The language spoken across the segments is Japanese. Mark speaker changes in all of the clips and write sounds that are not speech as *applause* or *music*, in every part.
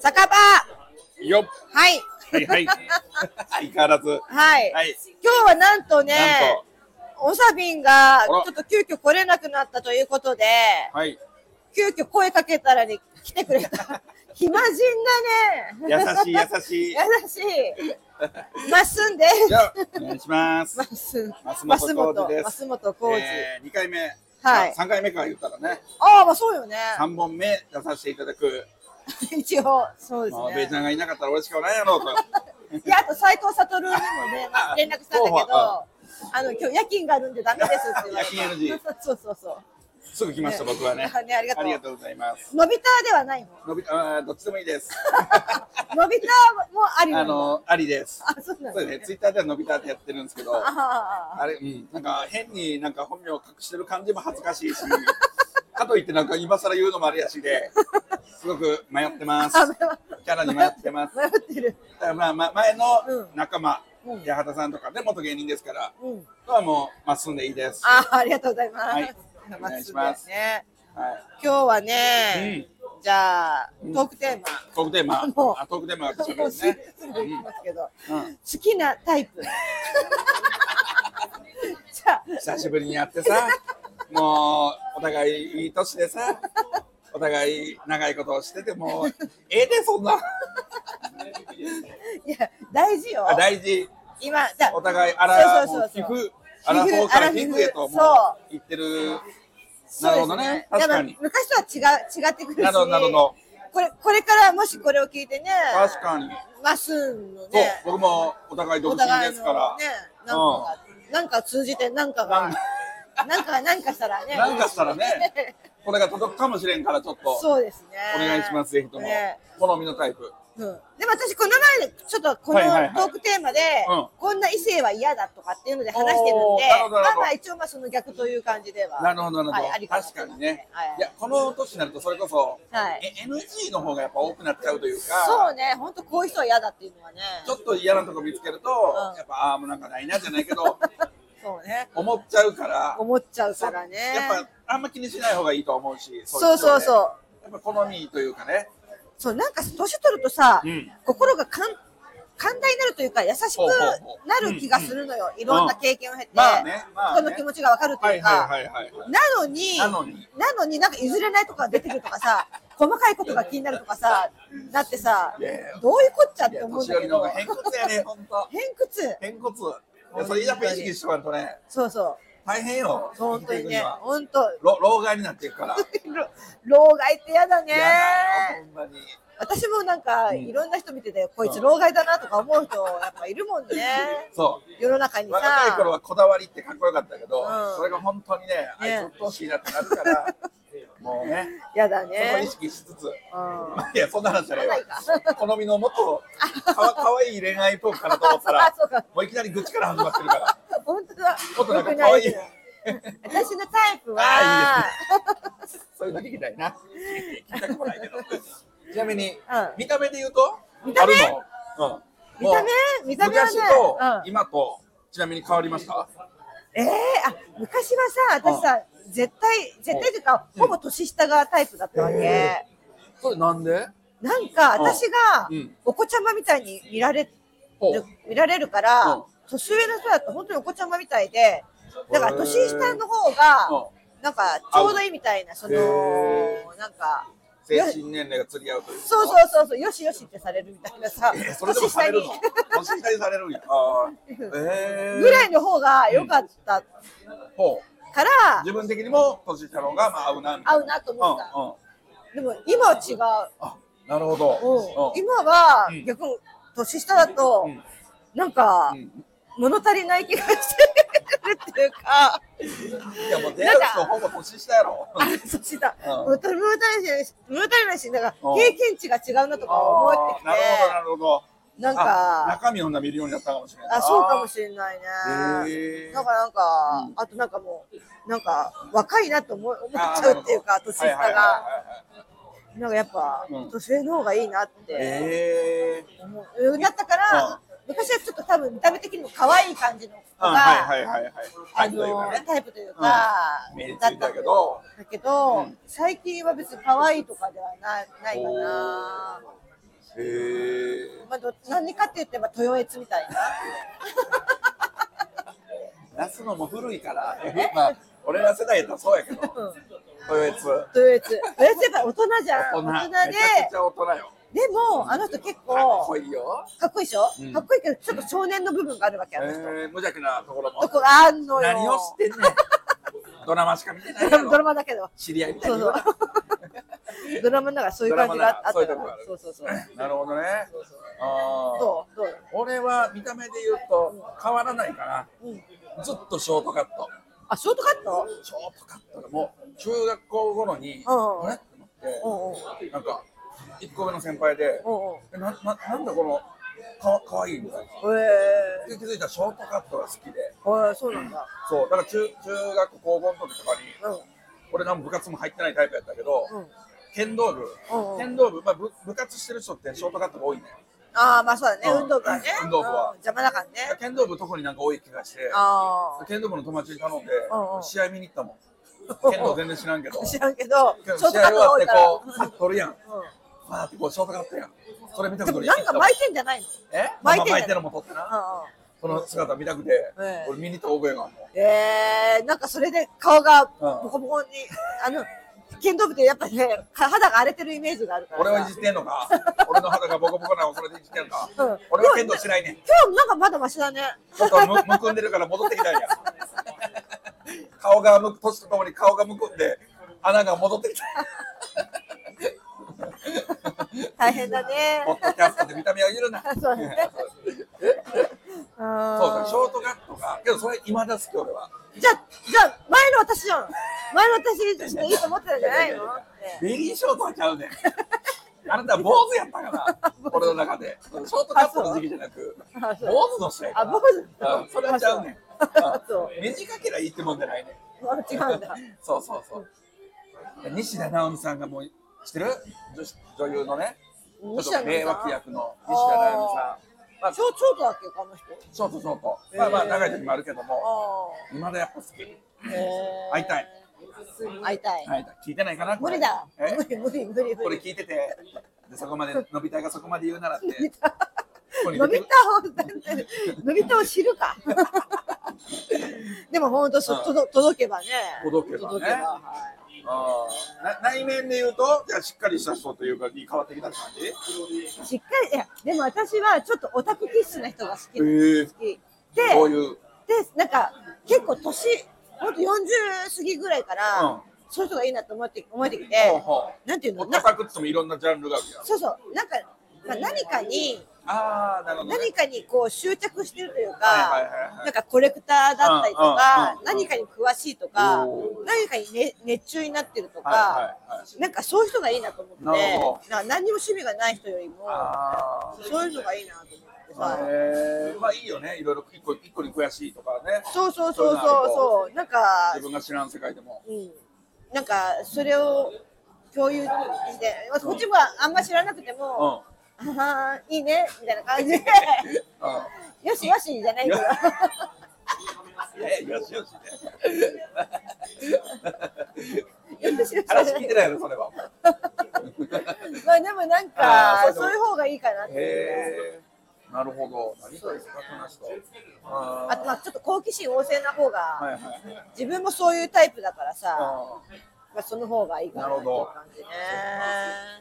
Speaker 1: 酒場
Speaker 2: よっ
Speaker 1: はい。
Speaker 2: はいはい相変わらずは
Speaker 1: はい。
Speaker 2: い
Speaker 1: 今日はなんとね、
Speaker 2: なんと
Speaker 1: おさびんが
Speaker 2: あら
Speaker 1: ちょっと急遽来れなくなったということで、
Speaker 2: はい
Speaker 1: 急遽声かけたらね、来てくれ
Speaker 2: *laughs*
Speaker 1: た。暇人
Speaker 2: 優
Speaker 1: だね。
Speaker 2: しい優し
Speaker 1: *laughs*
Speaker 2: い
Speaker 1: 優しい。まっすんで
Speaker 2: じゃあお願いします
Speaker 1: す。まっすん。
Speaker 2: 松
Speaker 1: ま
Speaker 2: 本
Speaker 1: す
Speaker 2: 浩
Speaker 1: も
Speaker 2: 二
Speaker 1: と
Speaker 2: で。
Speaker 1: ますすもとこうじ。
Speaker 2: えー、2回目、
Speaker 1: はい
Speaker 2: あ3回目か言ったらね
Speaker 1: ああ、まあそうよね。
Speaker 2: 3本目出させていただく、
Speaker 1: 一応、そうです
Speaker 2: まあ、ベイちゃ
Speaker 1: ね。
Speaker 2: んがいなかったら俺しかないやろうと
Speaker 1: いや、あと斎藤悟に
Speaker 2: *laughs*
Speaker 1: もね、連絡したんだけ
Speaker 2: あ
Speaker 1: ど、
Speaker 2: あ
Speaker 1: あの、今日夜勤があるんでダメですって言われ *laughs* て。
Speaker 2: 夜勤
Speaker 1: そうそうそう。
Speaker 2: すぐ来ました、
Speaker 1: ね
Speaker 2: 僕はね
Speaker 1: あねありがとう
Speaker 2: ございます
Speaker 1: 伸びたではないの。
Speaker 2: のびあーどっちでもいいです
Speaker 1: 伸びたもありな
Speaker 2: あ
Speaker 1: の。
Speaker 2: のありです
Speaker 1: あ、そうなん
Speaker 2: そ
Speaker 1: だ
Speaker 2: う
Speaker 1: ね
Speaker 2: ね、ツイッターではのび太ってやってるんですけどあ
Speaker 1: あ
Speaker 2: れ、うん、なんか変になんか本名を隠してる感じも恥ずかしいし *laughs* かといってなんか今更言うのもあれやしですごく迷ってます
Speaker 1: あ、迷
Speaker 2: キャラに迷ってます
Speaker 1: ってる。
Speaker 2: だからまあ、まあ、前の仲間、
Speaker 1: うん
Speaker 2: 八幡さんとかね、元芸人ですから、
Speaker 1: うん。
Speaker 2: はもう、まっすんでいいです。は
Speaker 1: あ、ありがとうございます。
Speaker 2: はいお願いします
Speaker 1: ね。
Speaker 2: い。
Speaker 1: 今日はね、じゃあトークテーマ。
Speaker 2: トークテーマ、
Speaker 1: もう
Speaker 2: あトークテーマが私は
Speaker 1: もう
Speaker 2: です
Speaker 1: すぐ
Speaker 2: ね。
Speaker 1: すぐ行きますけど、
Speaker 2: うん、
Speaker 1: 好きなタイプ。じゃあ
Speaker 2: 久しぶりにやってさ、もう、お互いいい年でさ、お互い長いことをしてて、もう、ええで、そ
Speaker 1: *laughs*
Speaker 2: んな。
Speaker 1: いや大事よ
Speaker 2: あ。大事。
Speaker 1: 今じゃあ
Speaker 2: お互い、あら、
Speaker 1: そ
Speaker 2: も
Speaker 1: うそ
Speaker 2: う
Speaker 1: う
Speaker 2: 皮
Speaker 1: そうそう
Speaker 2: 膚、あら、そうから皮
Speaker 1: 皮膚
Speaker 2: 膚へと、もう
Speaker 1: そ、
Speaker 2: 言ってる。
Speaker 1: そう
Speaker 2: な
Speaker 1: です
Speaker 2: るほどね。確かに
Speaker 1: で。も昔とは違う違ってくるし。
Speaker 2: なるほど、なるほど。
Speaker 1: これこれからもしこれを聞いてね。
Speaker 2: 確かに。
Speaker 1: マスンの
Speaker 2: そう
Speaker 1: ね、。
Speaker 2: 僕もお互い独
Speaker 1: お
Speaker 2: 身
Speaker 1: 互
Speaker 2: で
Speaker 1: い
Speaker 2: す
Speaker 1: の
Speaker 2: から
Speaker 1: ね。、なんかが、なんか通じて、なんか
Speaker 2: な
Speaker 1: が
Speaker 2: んか、
Speaker 1: なんか、なんかしたらね。
Speaker 2: なんかしたらねこれが届くかもしれんから、ちょっと。
Speaker 1: そうですね。
Speaker 2: お願いします、ぜひとも
Speaker 1: ね。
Speaker 2: 好みのタイプ。
Speaker 1: うん、でも私この前でちょっとこの
Speaker 2: はいはいはい
Speaker 1: トークテーマで、
Speaker 2: うん
Speaker 1: こんな異性は嫌だとかっていうので話してるん
Speaker 2: おー
Speaker 1: で
Speaker 2: なるほどなる
Speaker 1: まあ
Speaker 2: ほど
Speaker 1: まあ一応まあその逆という感じでは
Speaker 2: なるほど、なる
Speaker 1: はいあり
Speaker 2: ほど。
Speaker 1: な
Speaker 2: 確かにね
Speaker 1: はい。
Speaker 2: いや、この年になると、それこそ、
Speaker 1: はい
Speaker 2: え NG の方がやっぱ多くなっちゃうという
Speaker 1: そ
Speaker 2: か、
Speaker 1: うね本当こういう人は嫌だっていうのはね
Speaker 2: ちょっと嫌なとこ見つけると
Speaker 1: う、ん
Speaker 2: やっぱ、ああー、もうなんかないなじゃないけど、
Speaker 1: そうね
Speaker 2: 思っちゃうから、
Speaker 1: 思っちゃう
Speaker 2: そ
Speaker 1: か
Speaker 2: や
Speaker 1: らね
Speaker 2: っぱ、あんま気にしない方がいいと思うし、。
Speaker 1: そうそうそうう
Speaker 2: やっぱ好みというかね。
Speaker 1: そうなんか年取るとさ、
Speaker 2: うん
Speaker 1: 心がかん寛大になるというか優し
Speaker 2: ほうほうほ
Speaker 1: くなる気がするのよ、いろんな経験を経て、
Speaker 2: まあね、まあ
Speaker 1: 人の
Speaker 2: ね
Speaker 1: 気。持ちがわかると
Speaker 2: は
Speaker 1: いう
Speaker 2: い
Speaker 1: か、
Speaker 2: はいはいはい。
Speaker 1: なのに
Speaker 2: なのに
Speaker 1: なのになんか譲れないとか出てくるとかさ細かいことが気になるとかさだってさ
Speaker 2: いやいや
Speaker 1: どういうこっちゃっ
Speaker 2: い
Speaker 1: て
Speaker 2: や
Speaker 1: 思うん
Speaker 2: 年
Speaker 1: だ
Speaker 2: 寄
Speaker 1: け
Speaker 2: りの方
Speaker 1: ど
Speaker 2: が偏屈やね、ほんと。
Speaker 1: *laughs* 偏屈
Speaker 2: 偏屈。いやそれやっぱ意識しとかんとね、
Speaker 1: そうそ
Speaker 2: 大変よ。
Speaker 1: う本当に
Speaker 2: 生きていく
Speaker 1: ね
Speaker 2: には
Speaker 1: 本当 *laughs*
Speaker 2: 老老害になっていくから。
Speaker 1: 老老害って嫌だね
Speaker 2: 嫌だよほんまに。
Speaker 1: 私もなんか、
Speaker 2: うん
Speaker 1: いろんな人見ててこいつ
Speaker 2: うん
Speaker 1: 老害だなとか思う人やっぱいるもんね
Speaker 2: そ
Speaker 1: 世の中に
Speaker 2: う。
Speaker 1: さ
Speaker 2: 若い頃はこだわりってかっこよかったけど、
Speaker 1: うん
Speaker 2: それが本当にね、あい
Speaker 1: ね
Speaker 2: つ鬱陶しいなってなる
Speaker 1: *laughs*
Speaker 2: から、もうね、
Speaker 1: やだ
Speaker 2: そこを
Speaker 1: ね
Speaker 2: 意識しつつ、
Speaker 1: うん
Speaker 2: *laughs* いや、そんな話じゃないよ
Speaker 1: そうなん。
Speaker 2: 好みのもっと
Speaker 1: *laughs*
Speaker 2: かわかわいい恋愛トークかなと思った
Speaker 1: あ
Speaker 2: ら
Speaker 1: そうか、
Speaker 2: もういきなり愚痴から始まってるから、
Speaker 1: 本当だ
Speaker 2: もっとなんか
Speaker 1: 良く
Speaker 2: かわいい、
Speaker 1: 私のタイプは
Speaker 2: あそういうの聞きたいな。聞きたくもないけど。ちなみに、見た目で言うと、
Speaker 1: 見た目
Speaker 2: あるのうん。
Speaker 1: 見た
Speaker 2: もう
Speaker 1: 目見た目はね
Speaker 2: 昔と
Speaker 1: うん
Speaker 2: 今と、ちなみに変わりました
Speaker 1: ええあ昔はさ私さ絶対絶対というか
Speaker 2: うん
Speaker 1: ほぼ年下がタイプだったわけ
Speaker 2: へそれなんで
Speaker 1: なんか
Speaker 2: うん
Speaker 1: 私が
Speaker 2: うん
Speaker 1: お子ちゃまみたいに見られる
Speaker 2: ほ
Speaker 1: 見られるか
Speaker 2: う
Speaker 1: ら
Speaker 2: ん
Speaker 1: 年上の人だと本当にお子ちゃまみたいでだから
Speaker 2: へー
Speaker 1: 年下の方が
Speaker 2: う
Speaker 1: なんかちょうどいいみたいなそ
Speaker 2: へ
Speaker 1: のなんか
Speaker 2: 精神年齢が釣り合うというか
Speaker 1: そうそうそうそうよしよしってされるみたいなさ
Speaker 2: えーそれでも
Speaker 1: 年
Speaker 2: さ
Speaker 1: 下
Speaker 2: れ
Speaker 1: に
Speaker 2: るの年下にされるんやあーえー
Speaker 1: ぐらいの方が良かった
Speaker 2: ほう
Speaker 1: から
Speaker 2: 自分的にも年下の方がまあ合うなみたい
Speaker 1: 合うなと思った
Speaker 2: なうんう
Speaker 1: で
Speaker 2: ん
Speaker 1: も今は違う。
Speaker 2: あなるほど
Speaker 1: 今は
Speaker 2: うん
Speaker 1: 逆に年下だと
Speaker 2: うんうん
Speaker 1: なんか
Speaker 2: うん
Speaker 1: 物足りない気がしてるっていうか
Speaker 2: いやもう出会う人ほぼ年下やろ
Speaker 1: あ年下
Speaker 2: うん
Speaker 1: 物足りないし物足りないしなんか
Speaker 2: うん
Speaker 1: 経験値が違うなとか思えてきて
Speaker 2: あーなるほど
Speaker 1: な
Speaker 2: なるほど
Speaker 1: ん
Speaker 2: あ
Speaker 1: か
Speaker 2: 中身をな見るようになったかもしれない
Speaker 1: あそうかも
Speaker 2: し
Speaker 1: しれない
Speaker 2: へ
Speaker 1: ね
Speaker 2: ー
Speaker 1: なんかなんかあとなんかもうなんか若いなと思い思っちゃうっていうか年下がなんかやっぱ
Speaker 2: うん
Speaker 1: 年上の方がいいなって
Speaker 2: ええ
Speaker 1: 思うなったから、昔はちょっと多分見た目的にも可愛い感じの子が、
Speaker 2: はいはいはいはい
Speaker 1: あ
Speaker 2: はいというか
Speaker 1: の
Speaker 2: ね
Speaker 1: タイプというか、
Speaker 2: 目につ
Speaker 1: だっ
Speaker 2: い
Speaker 1: た
Speaker 2: た
Speaker 1: け
Speaker 2: け
Speaker 1: ど
Speaker 2: ど
Speaker 1: だけど、
Speaker 2: うん
Speaker 1: 最近は別に可愛いとかではないないかな
Speaker 2: へえ。
Speaker 1: まあ、ど何かって言ってば豊悦みたいな。
Speaker 2: 出すのも古いから、まあ、俺ら世代やったらそうやけど、
Speaker 1: うん
Speaker 2: 豊悦。
Speaker 1: 豊悦。豊悦やっぱ大人じゃん。
Speaker 2: 大人。
Speaker 1: 大人
Speaker 2: めちゃくち
Speaker 1: で。
Speaker 2: ゃ大人よ。
Speaker 1: でも、あの人結構、
Speaker 2: かっこ
Speaker 1: か
Speaker 2: いいよ。
Speaker 1: っこいいでしょ、
Speaker 2: うん
Speaker 1: かっこいいけど、ちょっと少年の部分があるわけ、
Speaker 2: え
Speaker 1: あの人。
Speaker 2: ー、無邪気なところ
Speaker 1: ど
Speaker 2: も。
Speaker 1: こがあんのよ。
Speaker 2: 何を知ってんねん。
Speaker 1: *laughs*
Speaker 2: ドラマしか見てないや
Speaker 1: ドラ
Speaker 2: ろ。
Speaker 1: マだけど。
Speaker 2: 知り合いみたい
Speaker 1: そう
Speaker 2: に
Speaker 1: そう
Speaker 2: 言う
Speaker 1: *laughs*
Speaker 2: な。。
Speaker 1: ドラマの中そういう感じがあった
Speaker 2: ドラマの中
Speaker 1: そうそうそう。
Speaker 2: *laughs* なるほどね。あー
Speaker 1: どうどう
Speaker 2: 俺は見た目で言うと変わらないか
Speaker 1: うん、
Speaker 2: な。ずっとショートカット。
Speaker 1: あ、ショートカット
Speaker 2: ショートカットがもう中学校頃に、
Speaker 1: うん
Speaker 2: あれって
Speaker 1: う
Speaker 2: 思
Speaker 1: んうん。
Speaker 2: って、なんか一個目の先輩で、
Speaker 1: うんうん。
Speaker 2: えなななんだこのかわかわいいみたいな。
Speaker 1: え
Speaker 2: で気づいたらショートカットが好きで、
Speaker 1: ー、あーそうなんだ。
Speaker 2: そうだから中中学高校の時とかに、
Speaker 1: うん
Speaker 2: 俺何も部活も入ってないタイプやったけど、
Speaker 1: うん。
Speaker 2: 剣道部、
Speaker 1: うんうん
Speaker 2: 剣道部まあ部部活してる人ってショートカットが多いね。
Speaker 1: ああ、まあそうだね。
Speaker 2: うん
Speaker 1: 運動部はね。
Speaker 2: 運動部は
Speaker 1: うん邪魔だからね。
Speaker 2: 剣道部特になんか多い気がして、
Speaker 1: ああ。
Speaker 2: 剣道部の友達に頼んで
Speaker 1: うんうん
Speaker 2: 試合見に行ったもん。剣道全然知らんけど。
Speaker 1: 知らんけど、
Speaker 2: けど
Speaker 1: ショート
Speaker 2: 試合終
Speaker 1: カットが
Speaker 2: わっ
Speaker 1: 多い
Speaker 2: て
Speaker 1: から。
Speaker 2: こう、パッと取るやん。
Speaker 1: う
Speaker 2: まあ、こう、ショートカットやん。それ見た
Speaker 1: ん、で
Speaker 2: こと
Speaker 1: も
Speaker 2: に
Speaker 1: なんか巻いてんじゃないの
Speaker 2: え
Speaker 1: 巻いてんじゃん
Speaker 2: まあまあ巻いてるのも撮ってな。
Speaker 1: う
Speaker 2: その姿見たくて
Speaker 1: ええ、
Speaker 2: 俺見に行った覚えがあるもん。
Speaker 1: んうん、えー、なんかそれで顔がボコボコに、あの、剣道部ってやっぱね、か肌が荒れてるイメージがあるからさ。
Speaker 2: 俺はいじってんのか俺の肌がボコボコなのそれでいじってんのか
Speaker 1: うん
Speaker 2: 俺は剣道しないねん。
Speaker 1: 今日なんかまだマシだね。
Speaker 2: ちょっとむむくんでるから戻ってきたんや。顔がむく、年とともに顔がむくんで、穴が戻ってきた。
Speaker 1: 大変だね。
Speaker 2: ポッドキャストで見た目を言うな。
Speaker 1: *laughs* そうだね。
Speaker 2: そうだ、
Speaker 1: あ
Speaker 2: シ
Speaker 1: ー
Speaker 2: ョートカットか。けどそれ未だ好き俺は。
Speaker 1: じゃあ、じゃあ、前の私じゃん。前の私としていいと思ってたんじゃないのって。
Speaker 2: ベリーショートはちゃうねん。あなた坊主やったから、俺の中で。ショートカットの時期じゃなく、
Speaker 1: あそう
Speaker 2: 坊主の試合かな。
Speaker 1: あ坊主
Speaker 2: うんそれはちゃうねん。
Speaker 1: あそう
Speaker 2: うん短けりゃいいってもんじゃないねん。
Speaker 1: あ違うんだ。
Speaker 2: そうそうそう。西田直美さんがもう、知ってる女子女優のね、ちょっ
Speaker 1: 西
Speaker 2: と
Speaker 1: 田
Speaker 2: 迷
Speaker 1: の
Speaker 2: 惑
Speaker 1: さ
Speaker 2: 役の西田直美さん。まあ、
Speaker 1: ん。超超だっけこの人。
Speaker 2: ショートショート。まあまあ、長い時もあるけども、
Speaker 1: あ
Speaker 2: 今だやっぱ好き。
Speaker 1: あ。へー
Speaker 2: 会いたい。
Speaker 1: 会いたい。
Speaker 2: はい、聞いてないかなこ
Speaker 1: 無
Speaker 2: れ
Speaker 1: 理だ。
Speaker 2: え
Speaker 1: 無理無理無理
Speaker 2: こ
Speaker 1: 無
Speaker 2: れ
Speaker 1: 理。
Speaker 2: 聞いてて、でそこ *laughs* まで、のび太がそこまで言うなら *laughs* って。ここに
Speaker 1: の
Speaker 2: 出
Speaker 1: び
Speaker 2: て
Speaker 1: 太を、のび太を知るか。でも本当そ、
Speaker 2: うん
Speaker 1: 届届けばね。
Speaker 2: 届けばね
Speaker 1: は
Speaker 2: あーな内面で言うと、じゃあしっかりした人というか、に変わってきた感じ
Speaker 1: いしっかり、いや、でも私はちょっとオタク気質な人が好き。好
Speaker 2: え
Speaker 1: き
Speaker 2: え。こう
Speaker 1: で、
Speaker 2: いう。
Speaker 1: で、なんか、結構年、ほんと40過ぎぐらいから、
Speaker 2: うん
Speaker 1: そういう人がいいなと思って、思えてきて、
Speaker 2: ほうほう
Speaker 1: なんていう
Speaker 2: お
Speaker 1: のな
Speaker 2: っさくっつもいろんなジャンルがあるやん。
Speaker 1: そうそう、なんか、まあ、何かに、
Speaker 2: ああ、なるほどね。
Speaker 1: 何かにこう執着してるというか、
Speaker 2: はいはいはいは
Speaker 1: な
Speaker 2: い
Speaker 1: んかコレクターだったりと
Speaker 2: うんうん
Speaker 1: か
Speaker 2: う、ん
Speaker 1: 何かに詳しいとか
Speaker 2: お、ー
Speaker 1: 何かに、ね、熱中になってるとか、
Speaker 2: はいはいは
Speaker 1: なんかそういう人がいいなと思って、
Speaker 2: なるほ
Speaker 1: なんか何にも趣味がない人よりも、
Speaker 2: あ
Speaker 1: そういうのがいいなと思って
Speaker 2: あ。
Speaker 1: さ。
Speaker 2: へえ。まあいいよね。いろいろ一個一個に悔しいとかね。
Speaker 1: そうそうそうそうそう、なんか、
Speaker 2: 自分が知らん世界でも。
Speaker 1: うん、なんかそれを共有して、こっちもあんま知らなくても、ああいいねみたいな感じ
Speaker 2: *laughs*
Speaker 1: で、
Speaker 2: う
Speaker 1: よしよしじゃないけど
Speaker 2: よ。ん。いやいや、よしよしね。話聞いてないの、それは。
Speaker 1: まあでもなん
Speaker 2: あ
Speaker 1: か
Speaker 2: ーそう
Speaker 1: そう
Speaker 2: いう
Speaker 1: いう
Speaker 2: こと
Speaker 1: 方がいいかなっていう。
Speaker 2: へえ。なるほど。何それ、深くな人。あ
Speaker 1: あとまあちょっと好奇心旺盛な方
Speaker 2: あ。はい
Speaker 1: が
Speaker 2: はいはい。
Speaker 1: 自分もそういうタイプだからさ、
Speaker 2: あ
Speaker 1: まあその方がいいかなっていう感じね。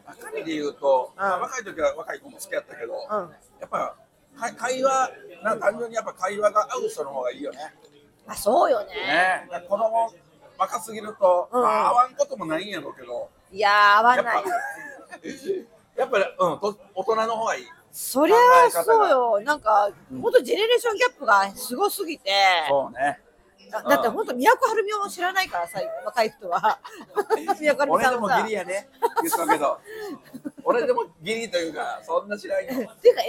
Speaker 2: あ。中身で言うと、
Speaker 1: ん
Speaker 2: まあ若い時は若い子も好きやったけど、
Speaker 1: うん。
Speaker 2: やっぱ会会話、なんか単純にやっぱ会話が合う人の方がいいよね。
Speaker 1: あそうよね。
Speaker 2: ね、子供若すぎると、
Speaker 1: うん
Speaker 2: まあ、合わんこともないんやろうけど、
Speaker 1: いやー合わ
Speaker 2: やっ
Speaker 1: な
Speaker 2: ぱ
Speaker 1: い。、
Speaker 2: やっぱり、 *laughs* うん、と大人の方がいい。
Speaker 1: そりゃあそうよ。なんか本当ジェネレーションギャップがすごすぎて。
Speaker 2: そうね。
Speaker 1: だだって本当宮古春美を知らないからさ若い人
Speaker 2: *laughs*
Speaker 1: は宮古
Speaker 2: 俺
Speaker 1: 春
Speaker 2: で
Speaker 1: 美
Speaker 2: も
Speaker 1: さん
Speaker 2: ギ
Speaker 1: はさ。
Speaker 2: リやね。言ったけど、俺でもギリというか、そんな知らんよ。
Speaker 1: っていうか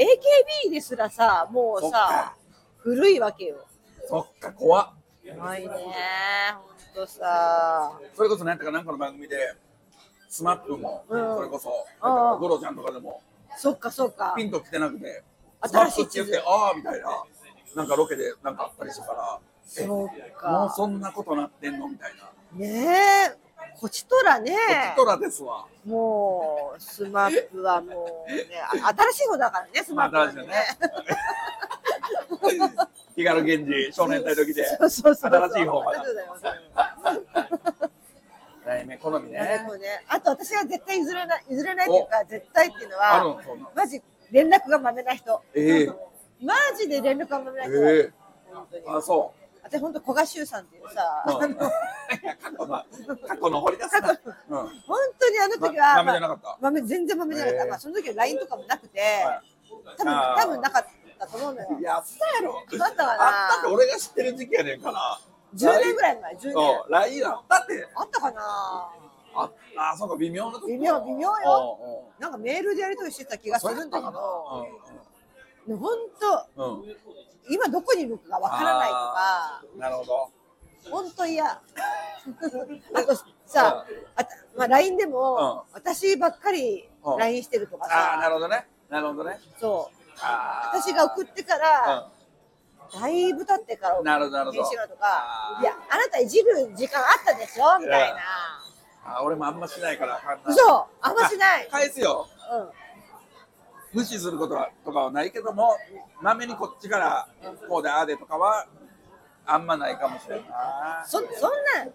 Speaker 1: AKB ですらさも
Speaker 2: そうっか
Speaker 1: さ古いわけよ。
Speaker 2: そっか、怖っ。
Speaker 1: ないねほんとさ
Speaker 2: それこそ、なんとかなんかの番組で、スマップも、
Speaker 1: うん
Speaker 2: それこそ、
Speaker 1: ああ
Speaker 2: なんかゴロちゃんとかでも、
Speaker 1: そっかそっか
Speaker 2: ピンと来てなくて、スマ
Speaker 1: 新
Speaker 2: ッ
Speaker 1: し
Speaker 2: プっ
Speaker 1: い地
Speaker 2: て言っ
Speaker 1: 図
Speaker 2: て、ああ、みたいな、なんかロケでなんかあったりしたから、
Speaker 1: そっ
Speaker 2: もう
Speaker 1: か
Speaker 2: そんなことなってんのみたいな。
Speaker 1: ねえこちとらね
Speaker 2: ちとらですわ。
Speaker 1: もうスマップはもうねあ新しい方だからねスマ
Speaker 2: ま
Speaker 1: ッ
Speaker 2: あ、
Speaker 1: プは
Speaker 2: 大事だね。光源氏少年隊時で
Speaker 1: そうそうそう
Speaker 2: 新しい方
Speaker 1: あ
Speaker 2: ま
Speaker 1: り
Speaker 2: で
Speaker 1: がとうございます
Speaker 2: 題名好みね
Speaker 1: もうねあと私が絶対譲れない譲れないっていうか絶対っていうの
Speaker 2: あるの
Speaker 1: は
Speaker 2: そんな
Speaker 1: マジ連絡がまめな人
Speaker 2: ええ
Speaker 1: マジで連絡がまめな人、
Speaker 2: ええ
Speaker 1: 本当に
Speaker 2: あそう
Speaker 1: 私本当古賀修さんっていうさ、
Speaker 2: うん
Speaker 1: あの
Speaker 2: いや過去の *laughs* 過去の掘り出すな、うん、
Speaker 1: 本当にあの時
Speaker 2: ま
Speaker 1: は、
Speaker 2: 豆じゃなかった
Speaker 1: ま豆全然豆じゃなかった、
Speaker 2: へえ
Speaker 1: まあ、その時は LINE とかもなくて、多分
Speaker 2: あー
Speaker 1: 多分なかったと思うのよ
Speaker 2: いやあったやろ
Speaker 1: あったかな
Speaker 2: あったって俺が知ってる時期やねんから
Speaker 1: 10年ぐらい前10年
Speaker 2: そう LINE あったって
Speaker 1: あったかな
Speaker 2: ああそうか微妙なとこ
Speaker 1: 微妙微妙よ
Speaker 2: よ
Speaker 1: なんかメールでやり取りしてた気がするんだけどで本当
Speaker 2: うんうん
Speaker 1: 今どこにいるかわからないとか
Speaker 2: あーなるほど
Speaker 1: 本当
Speaker 2: *laughs*
Speaker 1: 嫌あとさあた、まあ、LINE でも、私ばっかり
Speaker 2: うん
Speaker 1: LINE してるとか
Speaker 2: ああな
Speaker 1: さ、
Speaker 2: るほどねなるほどね
Speaker 1: そう
Speaker 2: あー
Speaker 1: 私が送ってから、だいぶ経ってから
Speaker 2: なるほどなるほど
Speaker 1: 返信しろとか
Speaker 2: あー
Speaker 1: いやあなたいじる時間あったでしょみたいな
Speaker 2: あ俺もあんましないから反応
Speaker 1: 嘘あんましない
Speaker 2: あ返すよ
Speaker 1: うん
Speaker 2: 無視することはとかはないけどもまめにこっちからこうでああでとかはあんまないかもしれないな
Speaker 1: そそんなん1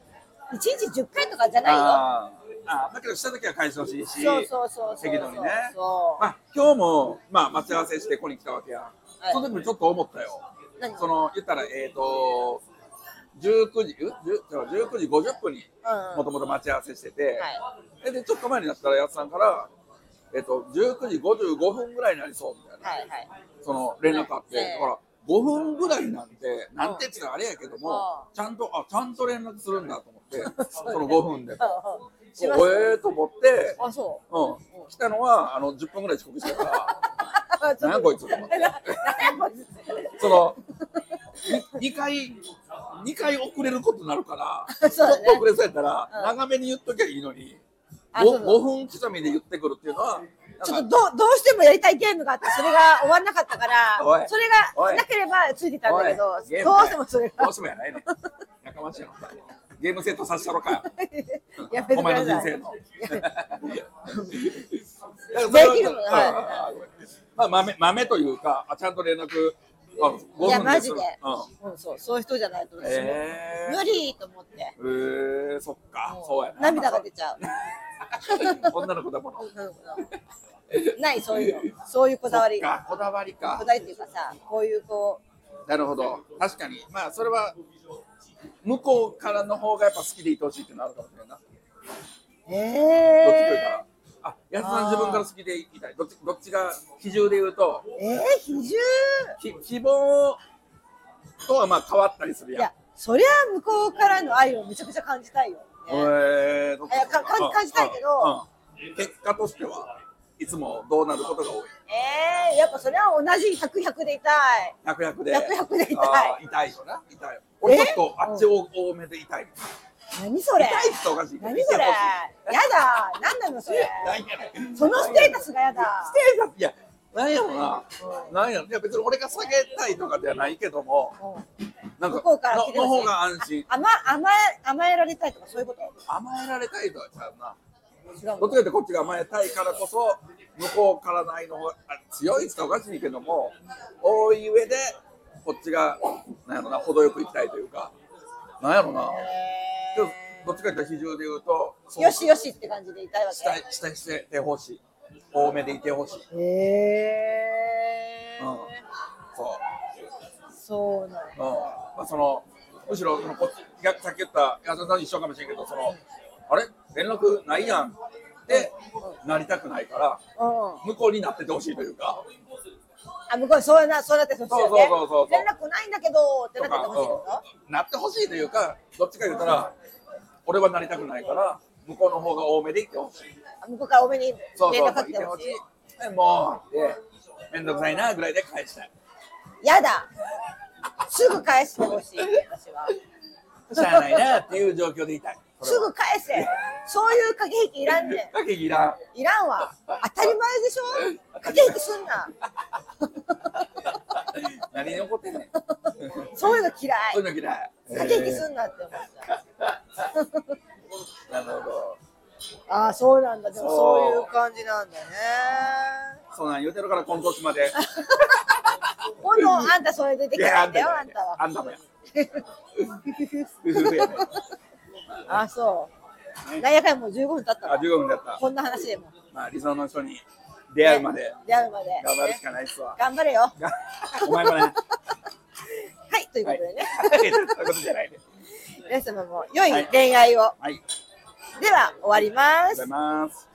Speaker 1: 日10回とかじゃないよ
Speaker 2: あーあーだけどした時は返してほしいし
Speaker 1: そうそうそうそう
Speaker 2: 適度にね
Speaker 1: そう
Speaker 2: まあ今日もまあ待ち合わせしてここに来たわけやん、
Speaker 1: い
Speaker 2: その時もちょっと思ったよ
Speaker 1: 何
Speaker 2: その言ったらえっ、と19時う10違う19時50分に
Speaker 1: うん
Speaker 2: もともと待ち合わせしてて、
Speaker 1: は
Speaker 2: えでちょっと前になったらやつさんから、えっと19時55分ぐらいになりそうみたいな、
Speaker 1: はいはい
Speaker 2: その連絡あって、
Speaker 1: ええ
Speaker 2: だから5分ぐらいなんて、なんてって言ったらあれやけども、
Speaker 1: う
Speaker 2: ちゃんと、あ、ちゃんと連絡するんだと思
Speaker 1: *laughs*
Speaker 2: って、その5分で。
Speaker 1: うんうんします
Speaker 2: おええと思って、
Speaker 1: あそう
Speaker 2: うん、来たのはあの10分ぐらい遅刻して
Speaker 1: *laughs*
Speaker 2: たから、
Speaker 1: 何
Speaker 2: 何やこいつ
Speaker 1: 何やこいつ
Speaker 2: その2回、2回遅れることになるか
Speaker 1: *laughs*
Speaker 2: ら、
Speaker 1: そうだね
Speaker 2: ちょっと遅れそうやったら、
Speaker 1: うん
Speaker 2: 長めに言っときゃいいのに、
Speaker 1: あ
Speaker 2: 5,
Speaker 1: そうそう
Speaker 2: 分刻みで言ってくるっていうのは、
Speaker 1: *laughs* ちょっと
Speaker 2: なんか
Speaker 1: どうどうしてもやりたいゲームがあってそれが終わんなかったから
Speaker 2: おい
Speaker 1: それ
Speaker 2: お
Speaker 1: が
Speaker 2: い
Speaker 1: なければついてたんだけど
Speaker 2: おいゲーム
Speaker 1: ど
Speaker 2: か
Speaker 1: うしてもそれ
Speaker 2: ど
Speaker 1: が
Speaker 2: うしてもやないね。やかましいな。ゲームセットさせた
Speaker 1: *laughs*
Speaker 2: ろか。
Speaker 1: やめてく
Speaker 2: お
Speaker 1: だ
Speaker 2: 前の人
Speaker 1: さ
Speaker 2: 生
Speaker 1: い
Speaker 2: の。
Speaker 1: できるもんはい
Speaker 2: あまあ、豆、豆というか、あちゃんと連絡。あ5分
Speaker 1: いや
Speaker 2: す
Speaker 1: マジで
Speaker 2: う
Speaker 1: うんそうそういう人じゃないと
Speaker 2: ん、
Speaker 1: 無
Speaker 2: えー、
Speaker 1: 理と思って
Speaker 2: えー、そっか、そうやな。
Speaker 1: 涙が出ちゃう
Speaker 2: *laughs* 女の子だもの。
Speaker 1: 女の子のないそういうのそういうこだわり
Speaker 2: そっか
Speaker 1: が
Speaker 2: こだわり
Speaker 1: こ
Speaker 2: か。
Speaker 1: だわりっていうかさこういうこ
Speaker 2: なるほど。確かに。まあ、それは、向こうからの方がやっぱ好きでいてほしいってなるかもしれないな。
Speaker 1: う
Speaker 2: どっちという
Speaker 1: え
Speaker 2: か、あ、安さん自分から好きでいたい。どっちどっちが比重で言うと、
Speaker 1: ー、えー、比重
Speaker 2: き希望とはまあ変わったりする
Speaker 1: い
Speaker 2: やん
Speaker 1: や。そりゃ向こうからの愛をめちゃくちゃ感じたいよ、ね、
Speaker 2: えー、
Speaker 1: えかか感じたいけど
Speaker 2: うんうん結果としてはいつもどうなることが多い
Speaker 1: えー、やっぱそれは同じ100100でいたい
Speaker 2: 百百で
Speaker 1: 百百で痛い
Speaker 2: あー痛いよな痛い俺ちょっとあっち多多めで痛い
Speaker 1: 何それ
Speaker 2: 痛いっておかしいけど
Speaker 1: 何それ
Speaker 2: 痛い
Speaker 1: や
Speaker 2: っておかしい
Speaker 1: だ何なのそれ
Speaker 2: なんやねん
Speaker 1: そのステータスがやだ
Speaker 2: ステータスいやなんやろな、なんやろいや別に俺が下げたいとかではないけども
Speaker 1: うん
Speaker 2: なんか
Speaker 1: 向こうから
Speaker 2: の
Speaker 1: 来てほしい
Speaker 2: の方が安心
Speaker 1: 甘甘え甘えられたいとかそういうこと
Speaker 2: 甘えられたいとはちゃうな
Speaker 1: 違う
Speaker 2: ど
Speaker 1: の
Speaker 2: っちかってこっちが甘えたいからこそ向こうからの愛の方があ強いって言ったらおかしいけども多い上でこっちがなんやろな程よくいきたいというかなんやろなでもどっちかっていうと比重で言うとそう
Speaker 1: よしよしって感じでいたいわ
Speaker 2: したい
Speaker 1: け
Speaker 2: したいしててほしい多めでいてほしい、
Speaker 1: へえ
Speaker 2: うん、そう
Speaker 1: そうなの
Speaker 2: うんまあ、そのむしろそのこっちがさっき言った安田さんと一緒かもしれんけどそのあれ連絡ないやんってなりたくないから
Speaker 1: うん、
Speaker 2: 向こうになっててほしいというか。
Speaker 1: あ向こうそうなそうなってほしいよね
Speaker 2: そうそうそうそう
Speaker 1: 連絡ないんだけどってなっててほしいの
Speaker 2: うんなってほしいというかどっちか言ったら俺はなりたくないから向こうの方が多めでいってほしい
Speaker 1: あ向こうから多めに連
Speaker 2: そうそう
Speaker 1: 絡
Speaker 2: そ
Speaker 1: か
Speaker 2: う
Speaker 1: け
Speaker 2: い
Speaker 1: て
Speaker 2: て
Speaker 1: ほ
Speaker 2: ほ
Speaker 1: し
Speaker 2: し
Speaker 1: い
Speaker 2: いでもうで面倒くさいなぐらいで返したい
Speaker 1: やだすぐ返してほしい私
Speaker 2: *laughs*
Speaker 1: は
Speaker 2: しゃあないなっていう状況でいたい
Speaker 1: すぐ返せそういう駆け引きいらんねん
Speaker 2: かけぎらん
Speaker 1: いらんわ。当たり前でしょ駆け引きすんな。
Speaker 2: 何に怒ってんねん
Speaker 1: そういうの嫌
Speaker 2: そう
Speaker 1: い。
Speaker 2: いうの嫌い
Speaker 1: 駆け引きすんなって思った。
Speaker 2: なるほど
Speaker 1: ああ、そうなんだ。でも
Speaker 2: そう
Speaker 1: そういう感じなんだね。
Speaker 2: そんなん言うてるから今年まで
Speaker 1: 今度、あんたそれ出てき
Speaker 2: いや
Speaker 1: たん
Speaker 2: あん
Speaker 1: だ
Speaker 2: た
Speaker 1: よ、
Speaker 2: も
Speaker 1: あ
Speaker 2: や
Speaker 1: んたは。
Speaker 2: あんたもやうふふやね
Speaker 1: ああ、そう。なんやかんやもう15分経った
Speaker 2: あ
Speaker 1: わ
Speaker 2: 15分だった
Speaker 1: こんな話でも。
Speaker 2: まあ理想の人に出会うまで
Speaker 1: ね出会うまで。
Speaker 2: 頑張るし
Speaker 1: ね
Speaker 2: かないっすわ
Speaker 1: 頑張れよ。は
Speaker 2: お前もね
Speaker 1: い、ということでね。
Speaker 2: はい、そういう *laughs* ことじゃないね
Speaker 1: 皆様も良い恋愛を。
Speaker 2: はいありがとう
Speaker 1: では、終わりま
Speaker 2: ご
Speaker 1: す
Speaker 2: ざい。ます